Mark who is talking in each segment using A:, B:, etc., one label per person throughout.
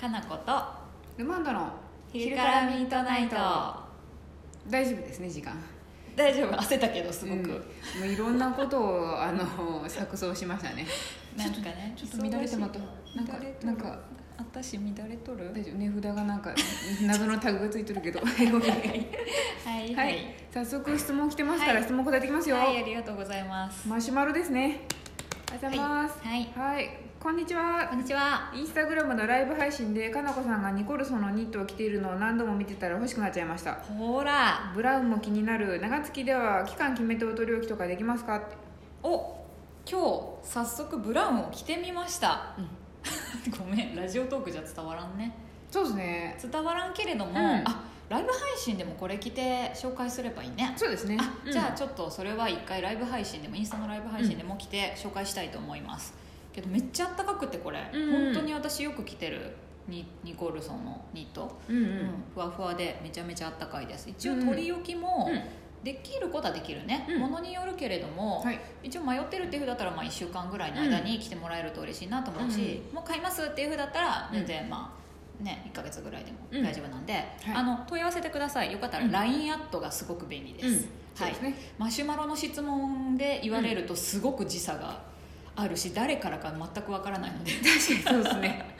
A: かなこと
B: ルマンドの
A: 昼からミートナイト
B: 大丈夫ですね時間
A: 大丈夫焦ったけどすごく、
B: うんもういろんなことをあの錯綜しましたね
A: なんかね
B: ちょっとちょっと乱れてまたなんかなんか
A: 私乱れとる
B: 大丈夫値札がなんか謎のタグがついてるけどはいごめん
A: はいは、
B: はいい早速質問来てますから、
A: はい
B: 質問答えていきますよ、
A: はい、ありがとうございます
B: マシュマロですねありがとうございます
A: はい
B: はい、こんにちは
A: こんにちは
B: インスタグラムのライブ配信でかなこさんがニコルソンのニットを着ているのを何度も見てたら欲しくなっちゃいました
A: ほら
B: ブラウンも気になる長月では期間決めてお取り置きとかできますかって
A: お今日早速ブラウンを着てみました、ごめんラ ジオトークじゃ伝わらんね
B: そうですね
A: 伝わらんけれども、
B: うん
A: あライブ配信でもこれ着て紹介すればいいね
B: そうですね
A: あ
B: うん
A: じゃあちょっとそれは一回ライブ配信でもインスタのライブ配信でも来て紹介したいと思います、けどめっちゃあったかくてこれ、
B: うん
A: 本当に私よく着てるニニコルソンのニット、
B: うんう
A: うん
B: ん
A: ふわふわでめちゃめちゃあったかいです一応
B: うん
A: 取り置きも
B: うん
A: できることはできるね、
B: うん
A: ものによるけれども、
B: はい
A: 一応迷ってるっていうふうだったらまあ1週間ぐらいの間に来てもらえると嬉しいなと思うし、もう買いますっていうふうだったら全然まあね、1か月ぐらいでも
B: うん
A: 大丈夫なんで、
B: い
A: あの問い合わせてくださいよかったら
B: うん
A: LINE アットがすごく便利です、
B: うんそう
A: は
B: で
A: い
B: すね
A: マシュマロの質問で言われるとすごく時差があるし誰からか全くわからないの で
B: 確かにそうですね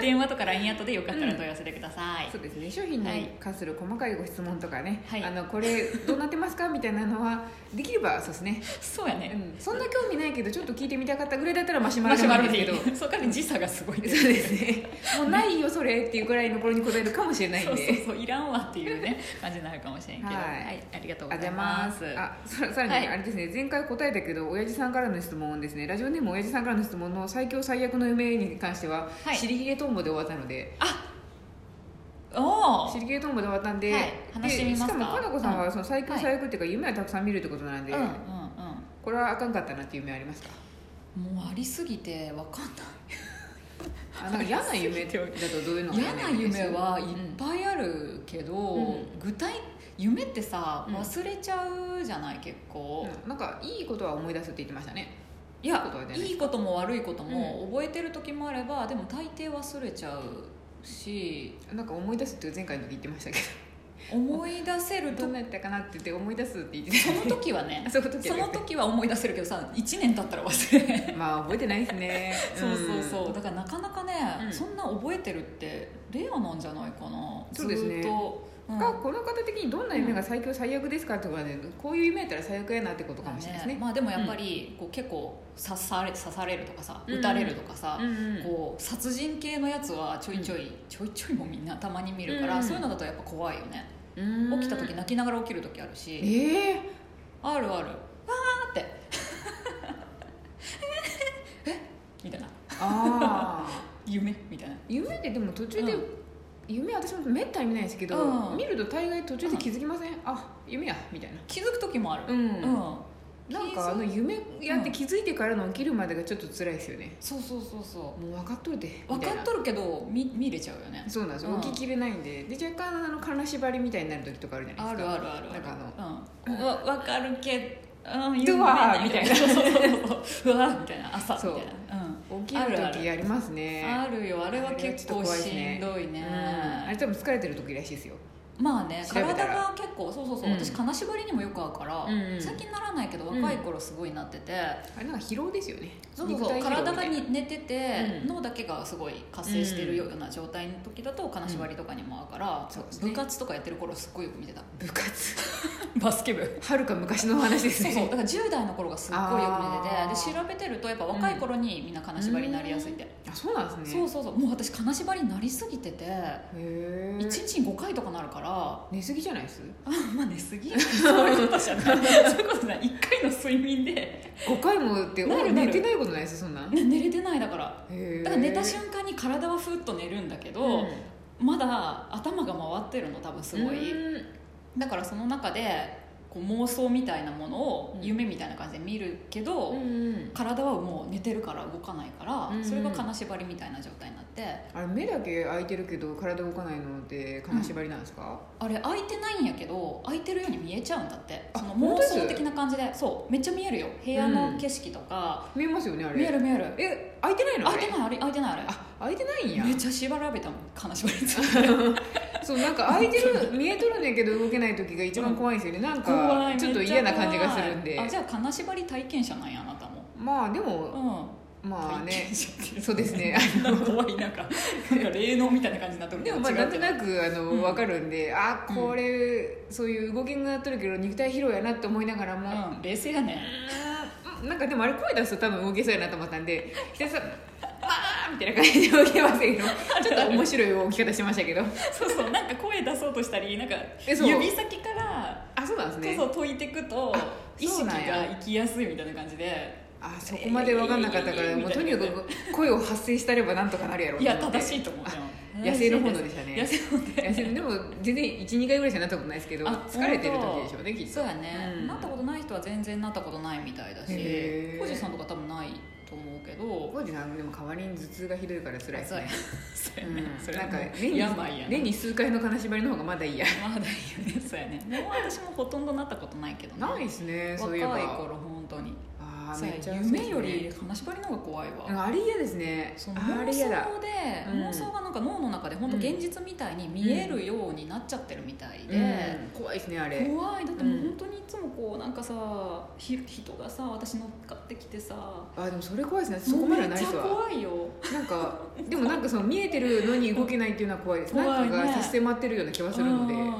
A: 電話とか LINE アットでよかったら問い合わせてください、
B: そうですね商品
A: はい
B: に関する細かいご質問とかね、
A: はい
B: あのこれどうなってますかみたいなのはできればそうですね、
A: そうやね、
B: うん、そんな興味ないけどちょっと聞いてみたかったぐらいだったらマシュマ
A: マ
B: ロ
A: シ
B: で
A: ュ
B: も
A: マ
B: いい
A: ロ
B: んで
A: ですい
B: け
A: い
B: ど
A: そうかね時差がすごいです
B: そうですねもうないよそれっていうぐらいの頃に答えるかもしれないんで
A: そうそうそういらんわっていうね感じになるかもしれんけど、は
B: はいい
A: ありがとうご
B: あ
A: ざ
B: ざ
A: い
B: ま
A: ます
B: すあささらに
A: はい
B: あれですね、前回答えたけど親父さんからの質問ですねラジオネーム親父さんからの質問の最強最悪の夢に関しては、
A: はい
B: 尻切れトンボで終わったので
A: おお
B: 尻切れトンボで終わったんで,、
A: はい話してみますか
B: でしかもかなこさん
A: う
B: はその最強
A: はい
B: 最悪っていうか夢はたくさん見るってことなんで、
A: うんうん
B: これはあかんかったなっていう夢ありますか
A: うんもうありすぎてわかんない
B: あなんか嫌な夢だとどういうのが
A: 嫌な夢はいっ
B: うん
A: ぱいあるけど、
B: うん
A: 具体夢ってさ
B: うん
A: 忘れちゃうじゃない結構、
B: うんなんかいいことは思い出すって言ってましたね
A: いや
B: ことはね
A: いいことも悪いことも覚えてる時もあれば、でも大抵忘れちゃうし
B: なんか思い出すって前回の時言ってましたけ
A: 思い出せる
B: どど
A: と
B: うなったかなって言って思い出すって言ってた
A: その時はね
B: その 時
A: そ
B: はね
A: の時は思い出せるけどさ1年経ったら忘れへん
B: まあ覚えてないですね
A: そうそうそう、
B: ん
A: だからなかなかね、
B: うん
A: そんな覚えてるってレアなんじゃないかな
B: そうです
A: ずー
B: ね
A: っと、うん
B: がこの方的にどんな夢が最強最悪ですかってことはねこういう夢やったら最悪やなってことかもしれないですね
A: まあ、でもやっぱりこう結構刺され刺されるとかさ
B: うん
A: 撃たれるとかさ、
B: うんうん
A: こう殺人系のやつはちょいちょい、ちょいちょいもみんなたまに見るから、
B: うん
A: そういうのだとやっぱ怖いよね、
B: うん
A: 起きた時泣きながら起きる時あるし、
B: ええ
A: あるあるわーって えみたいな
B: ああ
A: 夢みたいな
B: 夢ってでも途中で、
A: うん
B: 夢私もめったに見ないですけど、
A: うん
B: 見ると大概途中で気づきません、あ夢やみたいな
A: 気づく時もある
B: うん
A: うん
B: なんかあの夢やって気づいてからの起きるまでがちょっと辛いですよね、
A: そうそうそうそう
B: もう分かっとるで
A: 分
B: みたい
A: か
B: な
A: っとるけど見見れちゃうよね
B: そうなんですよ、
A: うん
B: 起ききれないんでで若干あの金縛りみたいになる時とかあるじゃな
A: あ
B: いで
A: る
B: すか
A: あるある
B: なんかあの
A: うん、うわ分かるけど、うん、
B: ドアー
A: 夢ねそうそうそうそううわーみたいな朝みたいな
B: 起きる
A: あるある
B: 時ありますね
A: うん、あるよあれは結構しんどいね
B: うんあれ多分疲れてる時らしいですよ
A: まあね
B: 調べたら
A: 体が結構そうそうそう、
B: うん
A: 私金縛りにもよく合うから、
B: うんうん
A: 最近ならないけど若い頃すごいなってて、
B: あれなんか疲労ですよね
A: そうそうそう
B: 肉体疲
A: 体
B: 労み
A: が
B: たいな
A: に寝てて、
B: うん
A: 脳だけがすごい活性してるような状態の時だと金縛りとかにも合うから、
B: そうですね
A: 部活とかやってる頃すっごいよく見てた
B: 部活
A: バスケ部
B: はるか昔の話です
A: そうそう
B: ね
A: だから10代の頃がすっごいよ
B: あ
A: く
B: ー
A: 寝ててで調べてるとやっぱ若い頃にみんな金縛りになりやすいって、
B: あそうなんですね
A: そうそうそうもう私金縛りになりすぎてて、
B: へ
A: 一
B: え
A: 1日に5回とかなる からあ
B: 寝すぎじゃないです
A: まあ寝すぎそういうことじ ゃないそういうことない1回の睡眠で
B: 5回もってお
A: なるなる
B: 寝てないことないですそんなんへ
A: ね寝れてないだから
B: え
A: だから寝た瞬間に体はふっと寝るんだけど、
B: うん
A: まだ頭が回ってるの多分すごい、
B: うん
A: だからその中でこう妄想みたいなものを
B: うん
A: 夢みたいな感じで見るけど、
B: うん
A: 体はもう寝てるから動かないから、
B: うんうん
A: それが金縛りみたいな状態になって
B: あれ目だけ開いてるけど体動かないので金縛りなんですか、
A: あれ開いてないんやけど開いてるように見えちゃうんだって
B: あ
A: その
B: 本
A: 妄
B: 当です
A: 想的な感じでそうめっちゃ見えるよ部屋の景色とか、
B: 見えますよねあれ
A: 見える見える
B: え開いてないのあ
A: 開い
B: れ
A: てないあれ開いてないあれ
B: あ開いてないんや
A: めっちゃ縛られたもん金縛りついて
B: そうなんか開いてる見えとるねんけど動けない時が一番怖いんですよねなん
A: 怖
B: か
A: い
B: ちょっと
A: め
B: 嫌
A: ゃ怖い
B: な感じがするんで
A: あじゃあ金縛り体験者なんやあなたも
B: まあでも
A: う
B: まあ
A: ん体
B: ね
A: 験者っていう
B: そうですね
A: なんか怖いなんかなんか霊能みたいな感じになってる
B: でもまあなんとなくあの
A: うん
B: 分かるんで、あ
A: うん
B: これ、そういう動きになっとるけど肉体疲労やなって思いながらも、
A: うん冷静やね
B: うんなんかでもあれ声出すと多分動けそうやなと思ったんでひたすら「あー」みたいな感じで動けま すけどちょっと面白い動き方しましたけど
A: そうそうなんか声出そうとしたりなんか
B: えそう
A: 指先から
B: あそうなんですね
A: そうそう解いていくと
B: あ
A: 意識
B: そう
A: が
B: なんや
A: 行きやすいみたいな感じで
B: あそこまで分かんなかったから、
A: えー
B: もうとにか
A: みたい
B: く声を発声したればなんとかなるやろう
A: い
B: と
A: や
B: 思って
A: 正しいと思うよ
B: あ野生の本能でしたね
A: 野生の本能
B: いやでも全然12回ぐらいしかなったことないですけど
A: あ
B: 疲れてる時でしょうねきっと
A: そうやね、
B: うん
A: なったことない人は全然なったことないみたいだし
B: へー
A: コージさんとか多分ないと思うけど
B: 浩二さんでも代わりに頭痛がひどいから辛いですね
A: そううんやね、それ
B: な
A: は
B: ん
A: も
B: か
A: う
B: 年に
A: 病やね
B: 年に数回の金縛りの方がまだいいや
A: まだいいよねそうやねもう私もほとんどなったことないけどね
B: ないですねそういえば
A: 若い頃本当に
B: あー
A: そう
B: め
A: や
B: っちゃ
A: 夢より金縛りの方が怖いわ、
B: うんあれ嫌ですね
A: その
B: あ
A: 妄
B: れ
A: 想
B: 嫌
A: で
B: だ、うん
A: 妄想がなんか脳の中で本当現実みたいに見えるようになっちゃってるみたいで、
B: うん怖いですねあれ
A: 怖いだってもううん本当にいつもこうなんかさひ人がさ私乗っかってきてさ
B: あでもそれ怖いですねそこまではない
A: めっ
B: で
A: ち
B: す
A: ゃ
B: わ
A: 怖いよ
B: なんかでもなんかその見えてるのに動けないっていうのは怖いです、
A: 怖いね
B: なんかが差し迫ってるような気はするので、うん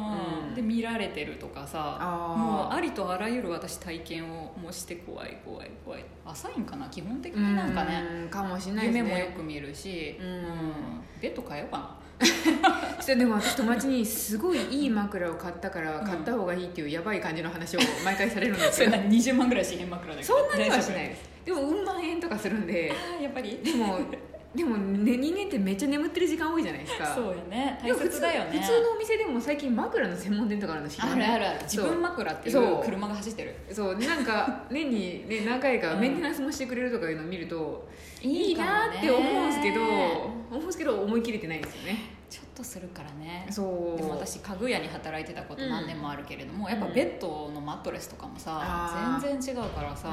A: で見られてるとかさも
B: あ
A: うありとあらゆる私体験をもうして怖い怖い怖い浅いんかな基本的
B: ー
A: になんかね
B: うんかもしれないですね
A: 夢もよく見るし、
B: うん
A: ベッド変えようかな
B: それでも私友達にすごいいい枕を買ったから
A: うん
B: 買った方がいいっていうやばい感じの話を毎回されるんです
A: それ
B: よ
A: な20万ぐらいしへん枕だけど
B: そんなにはしない
A: い
B: ですでもうん万円とかするんで
A: あーやっぱり
B: でもでも、ね、人間ってめっちゃ眠ってる時間多いじゃないですか
A: そうよね
B: で
A: 大
B: も普
A: 切
B: 通
A: だよね
B: 普通のお店でも最近枕の専門店とかあるの知ら
A: あ
B: な
A: る
B: い
A: あるある自
B: そう
A: 分枕ってい
B: そう
A: う車が走ってる
B: そうなんか年に、ね、何回か
A: うん
B: メンテナンスもしてくれるとかいうのを見ると、い
A: い
B: いなーって思うんですけど
A: かもね
B: 思うんですけど思い切れてないんですよね
A: ちょっとするからね
B: そう
A: でも私家具屋に働いてたこと何年もあるけれども、
B: ん
A: やっぱベッドのマットレスとかもさ
B: あ、ー
A: 全然違うからさ、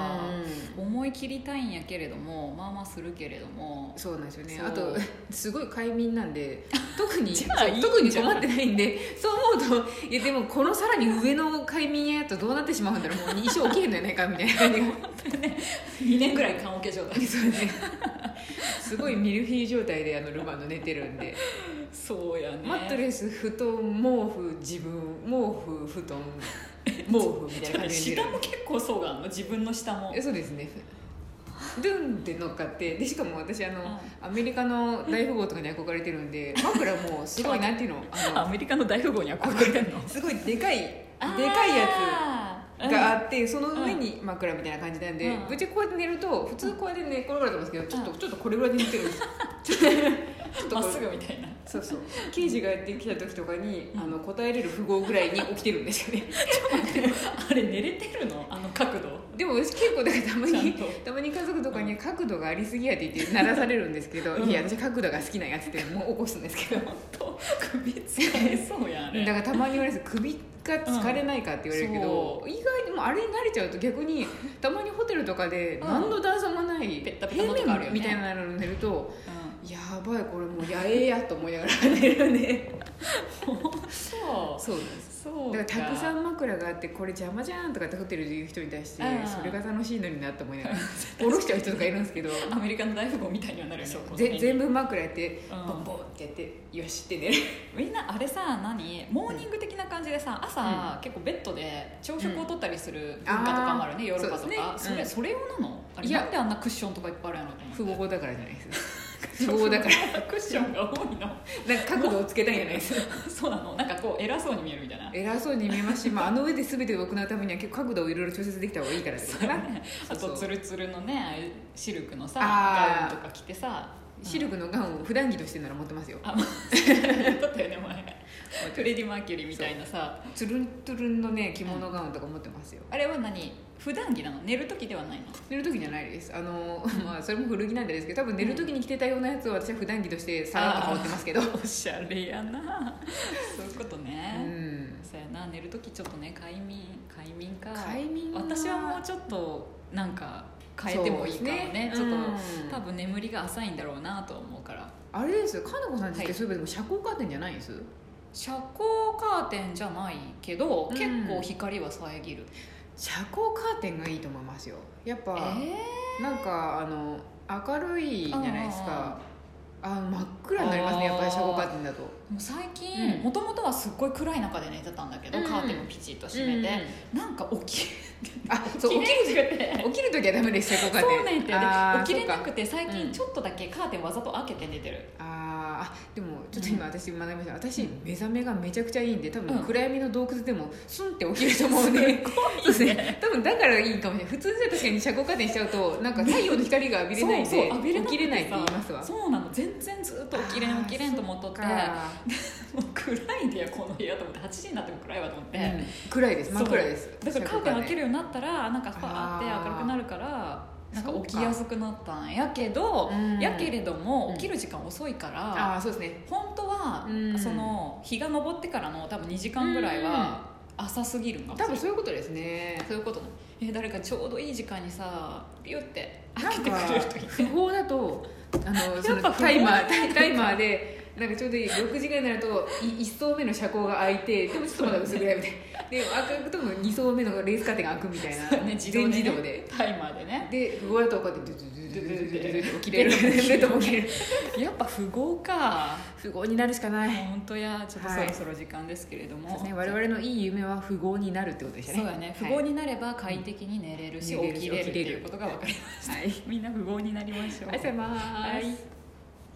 B: う
A: 思い切りたいんやけれどもまあまあするけれども
B: んそうなんですよね
A: そう
B: あとすごい快眠なん で特に
A: じゃあいいんじゃない
B: 特に困ってないんでそう思うといやでもこのさらに上の快眠やとどうなってしまうんだろうもう一生起きへんのやないかみたいな感じ が
A: 2年ぐらい缶オケ状態
B: そうねすごいミルフィーユ状態であのルマンド寝てる んで
A: そうやね
B: マットレス布団毛布自分毛布布団毛布みたいな感じ
A: 下
B: で寝てる
A: も結構そうがあんの自分の下も
B: えそうですねドゥンって乗っかってでしかも私あの、
A: うん
B: アメリカの大富豪とかに憧れてるんで枕もすごいなんていうのあ
A: アメリカの大富豪に憧れてんの
B: のすごいでかいでかいやつがあってその上に枕みたいな感じなんで、
A: うん
B: ぶっちゃけこうやって寝ると普通こうやって寝転がると思うんですけどちょっと、ちょっとこれぐらいで寝てるん ですちょっと
A: ま
B: こ
A: っ
B: れ
A: すぐみたいな
B: そうそう刑事がやってきた時とかに、
A: うん
B: あの答えれる富豪ぐらいに起きてるんですよね
A: あれ寝れてるのあの角度
B: でも私結構だからたま
A: ちゃん
B: に
A: と
B: たまに家族とかに角度がありすぎやって言って鳴らされるんですけど、
A: うん
B: いや私角度が好きなんやつってもう起こすんですけど
A: 本当首疲れそうやんあ
B: だ
A: れ
B: からたまに言われるんです首が疲れないかって言われるけど、意外にもうあれに慣れちゃうと逆にたまにホテルとかで
A: うん
B: 何の段差もない
A: ペッタペタのとかあるよね
B: みたいなの寝ると
A: うん
B: やばいこれもうやええやと思いながら寝るね
A: そう
B: そうなんです
A: そう
B: だからたくさ
A: ん
B: ん枕があってこれ邪魔じゃんとかってホテルで言う人に対して
A: うん
B: それが楽しいのになと思いなが ら下ろしちゃう人とかいるんですけど
A: アメリカの大富豪みたいにはなるよね
B: そう
A: この辺
B: ぜ
A: に
B: 全部枕やって
A: うん
B: ボンボンってやってよしって寝る
A: みんなあれさ何モーニング的な感じでさ朝、結構ベッドで朝食をとったりする文化とかもあるね、
B: うん
A: 夜とかと
B: あ
A: か
B: ー
A: そ,、
B: そう
A: れ
B: です
A: それ用なのあれ
B: いや
A: なんであんなクッションとかいっぱいあるんやろと思って
B: 富豪だからじゃないです富豪だか
A: クッションが多いの
B: らなんか角度をつけたいんじゃないです
A: そうなのなんかこう偉そうに見えるみたいな
B: 偉そうに見えますし、まあ、あの上で全てを行うためには結構角度をいろいろ調節できた方がいいからですか
A: あとツルツルのねシルクのさガ
B: あー
A: ウンとか着てさ
B: シルクのガンを普段着としてなら持ってますよ
A: あもうだったよね前フレディ・マーキュリーみたいなさ
B: トゥルントゥルンのね着物ガウンとか持ってますよ
A: あれは何普段着なの寝る時ではないの
B: 寝る時じゃないですあの、 まあ、それも古着なんですけど多分寝る時に着てたようなやつを私は普段着としてさらっと羽織ってますけど
A: おしゃれやなそういうこと
B: う
A: ね、
B: ん
A: そうやな寝る時ちょっとね快眠快眠か
B: 快眠は
A: 私はもうちょっとなんか変えてもいいかもねち
B: そ
A: ょ
B: う
A: っ
B: で
A: と、
B: すねうん
A: 多分眠りが浅いんだろうなと思うから
B: あれですよかなこさんちっ
A: は
B: て
A: い
B: そういえばでも遮光カーテンじゃないんです
A: 遮光カーテンじゃないけど、
B: うん
A: 結構光は遮る
B: 遮光カーテンがいいと思いますよやっぱ、
A: え
B: なんかあの明るいじゃないですかあ真っ暗になりますね
A: あー
B: やっぱり遮光カーテンだと
A: ーもう最近
B: うん
A: もともとはすっごい暗い中で寝てたんだけど、
B: うん
A: カーテンをピチッと閉めて、なんか起き
B: あそう起き
A: 起きれなくて
B: 起きる時はダメです遮光カーテン
A: そうねんてで
B: あー
A: 起きれな
B: そう
A: く
B: か
A: て最
B: うん
A: 近ちょっとだけカーテンわざと開けて寝てる、
B: あーあでもちょっと今私学びました私目覚めがめちゃくちゃいいんで多分
A: うん
B: 暗闇の洞窟でもスンって起きると思うんで、そうですね多分だからいいかもしれない普通じゃ確かに遮光カーテンしちゃうとなんか太陽の光が浴びれないんで
A: そうそう浴びれなく
B: 起き
A: て
B: れないって言いますわ
A: そうなの全然ずっと起きれ
B: あ
A: ん
B: ー
A: 起きれんと思っとっても
B: か
A: う暗いんだよこの部屋と思って8時になっても暗いわと思って、
B: うん暗いです真っ暗です
A: だからカーテン開け
B: る
A: るようになったらなんかファーって
B: あー
A: 明るくなるからなんか
B: そうか
A: 起きやすくなったんやけど、
B: うん
A: やけれど
B: う
A: も
B: ん
A: 起きる時間遅いから、
B: ああそうですね
A: 本当は、
B: うん
A: その日が昇ってからの多分2時間ぐらいは浅すぎるんかもし
B: 多
A: れな
B: 分
A: い
B: そういうことですね
A: そういうことねえ誰かちょうどいい時間にさビュって
B: な
A: 開
B: ん
A: けて
B: か
A: くれるといい
B: 不法だとあのそ
A: やっ
B: の
A: ぱ不法
B: タイマータイタイマーでなんかちょうどいい6時ぐらいになると1層目の車高が開いてでもちょっとまだ薄暗いみたいなで開くとも2層目のレースカーテンが開くみたいな、
A: ね自動で、
B: 全
A: ね、
B: 自動で
A: タイマーでね
B: で不法だとこうやってドゥドゥドゥドゥドゥドゥドゥドゥ起きれるベッドも起きれる
A: やっぱ富豪か
B: 不法になるしかない
A: 本当やちょっとそろそろ時間ですけれども、
B: そうですね我々のいい夢は不法になるってことでしたね
A: そうやね不
B: は
A: 合
B: い
A: になれば快適に寝れるし、
B: うん
A: 起きれる
B: 寝れるし
A: っていうことが分かりました、みんな不合になりましょう
B: ありがとうございます、
A: はい